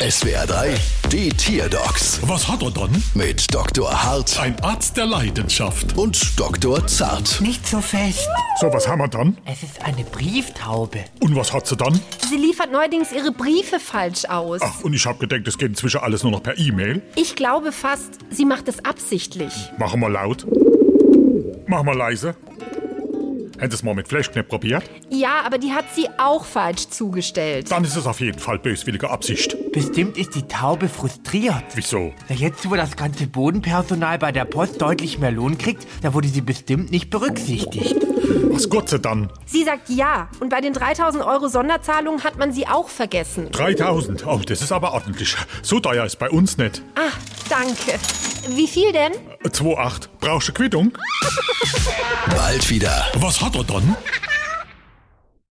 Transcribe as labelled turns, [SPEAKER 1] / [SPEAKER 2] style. [SPEAKER 1] SWR 3, die Tierdocs
[SPEAKER 2] Was hat er dann?
[SPEAKER 1] mit Dr. Hart
[SPEAKER 2] Ein Arzt der Leidenschaft.
[SPEAKER 1] und Dr. Zart.
[SPEAKER 3] Nicht so fest.
[SPEAKER 2] So, was haben wir dann?
[SPEAKER 3] Es ist eine Brieftaube.
[SPEAKER 2] Und was hat sie dann?
[SPEAKER 4] Sie liefert neuerdings ihre Briefe falsch aus.
[SPEAKER 2] Ach, und ich hab gedacht, es geht inzwischen alles nur noch per E-Mail.
[SPEAKER 4] Ich glaube fast, sie macht es absichtlich.
[SPEAKER 2] Machen wir laut. Machen wir leise. Hättest es mal mit Flashknepp probiert?
[SPEAKER 4] Ja, aber die hat sie auch falsch zugestellt.
[SPEAKER 2] Dann ist es auf jeden Fall böswillige Absicht.
[SPEAKER 3] Bestimmt ist die Taube frustriert.
[SPEAKER 2] Wieso?
[SPEAKER 3] Na jetzt, wo das ganze Bodenpersonal bei der Post deutlich mehr Lohn kriegt, da wurde sie bestimmt nicht berücksichtigt.
[SPEAKER 2] Was Gott sei dann?
[SPEAKER 4] Sie sagt ja. Und bei den 3000 Euro Sonderzahlung hat man sie auch vergessen.
[SPEAKER 2] 3000. Oh, das ist aber ordentlich. So teuer ist bei uns nicht. Äh,
[SPEAKER 4] Ah, danke. Wie viel denn?
[SPEAKER 2] 2,8. Brauchst du Quittung?
[SPEAKER 1] Bald wieder.
[SPEAKER 2] Was hat er dann?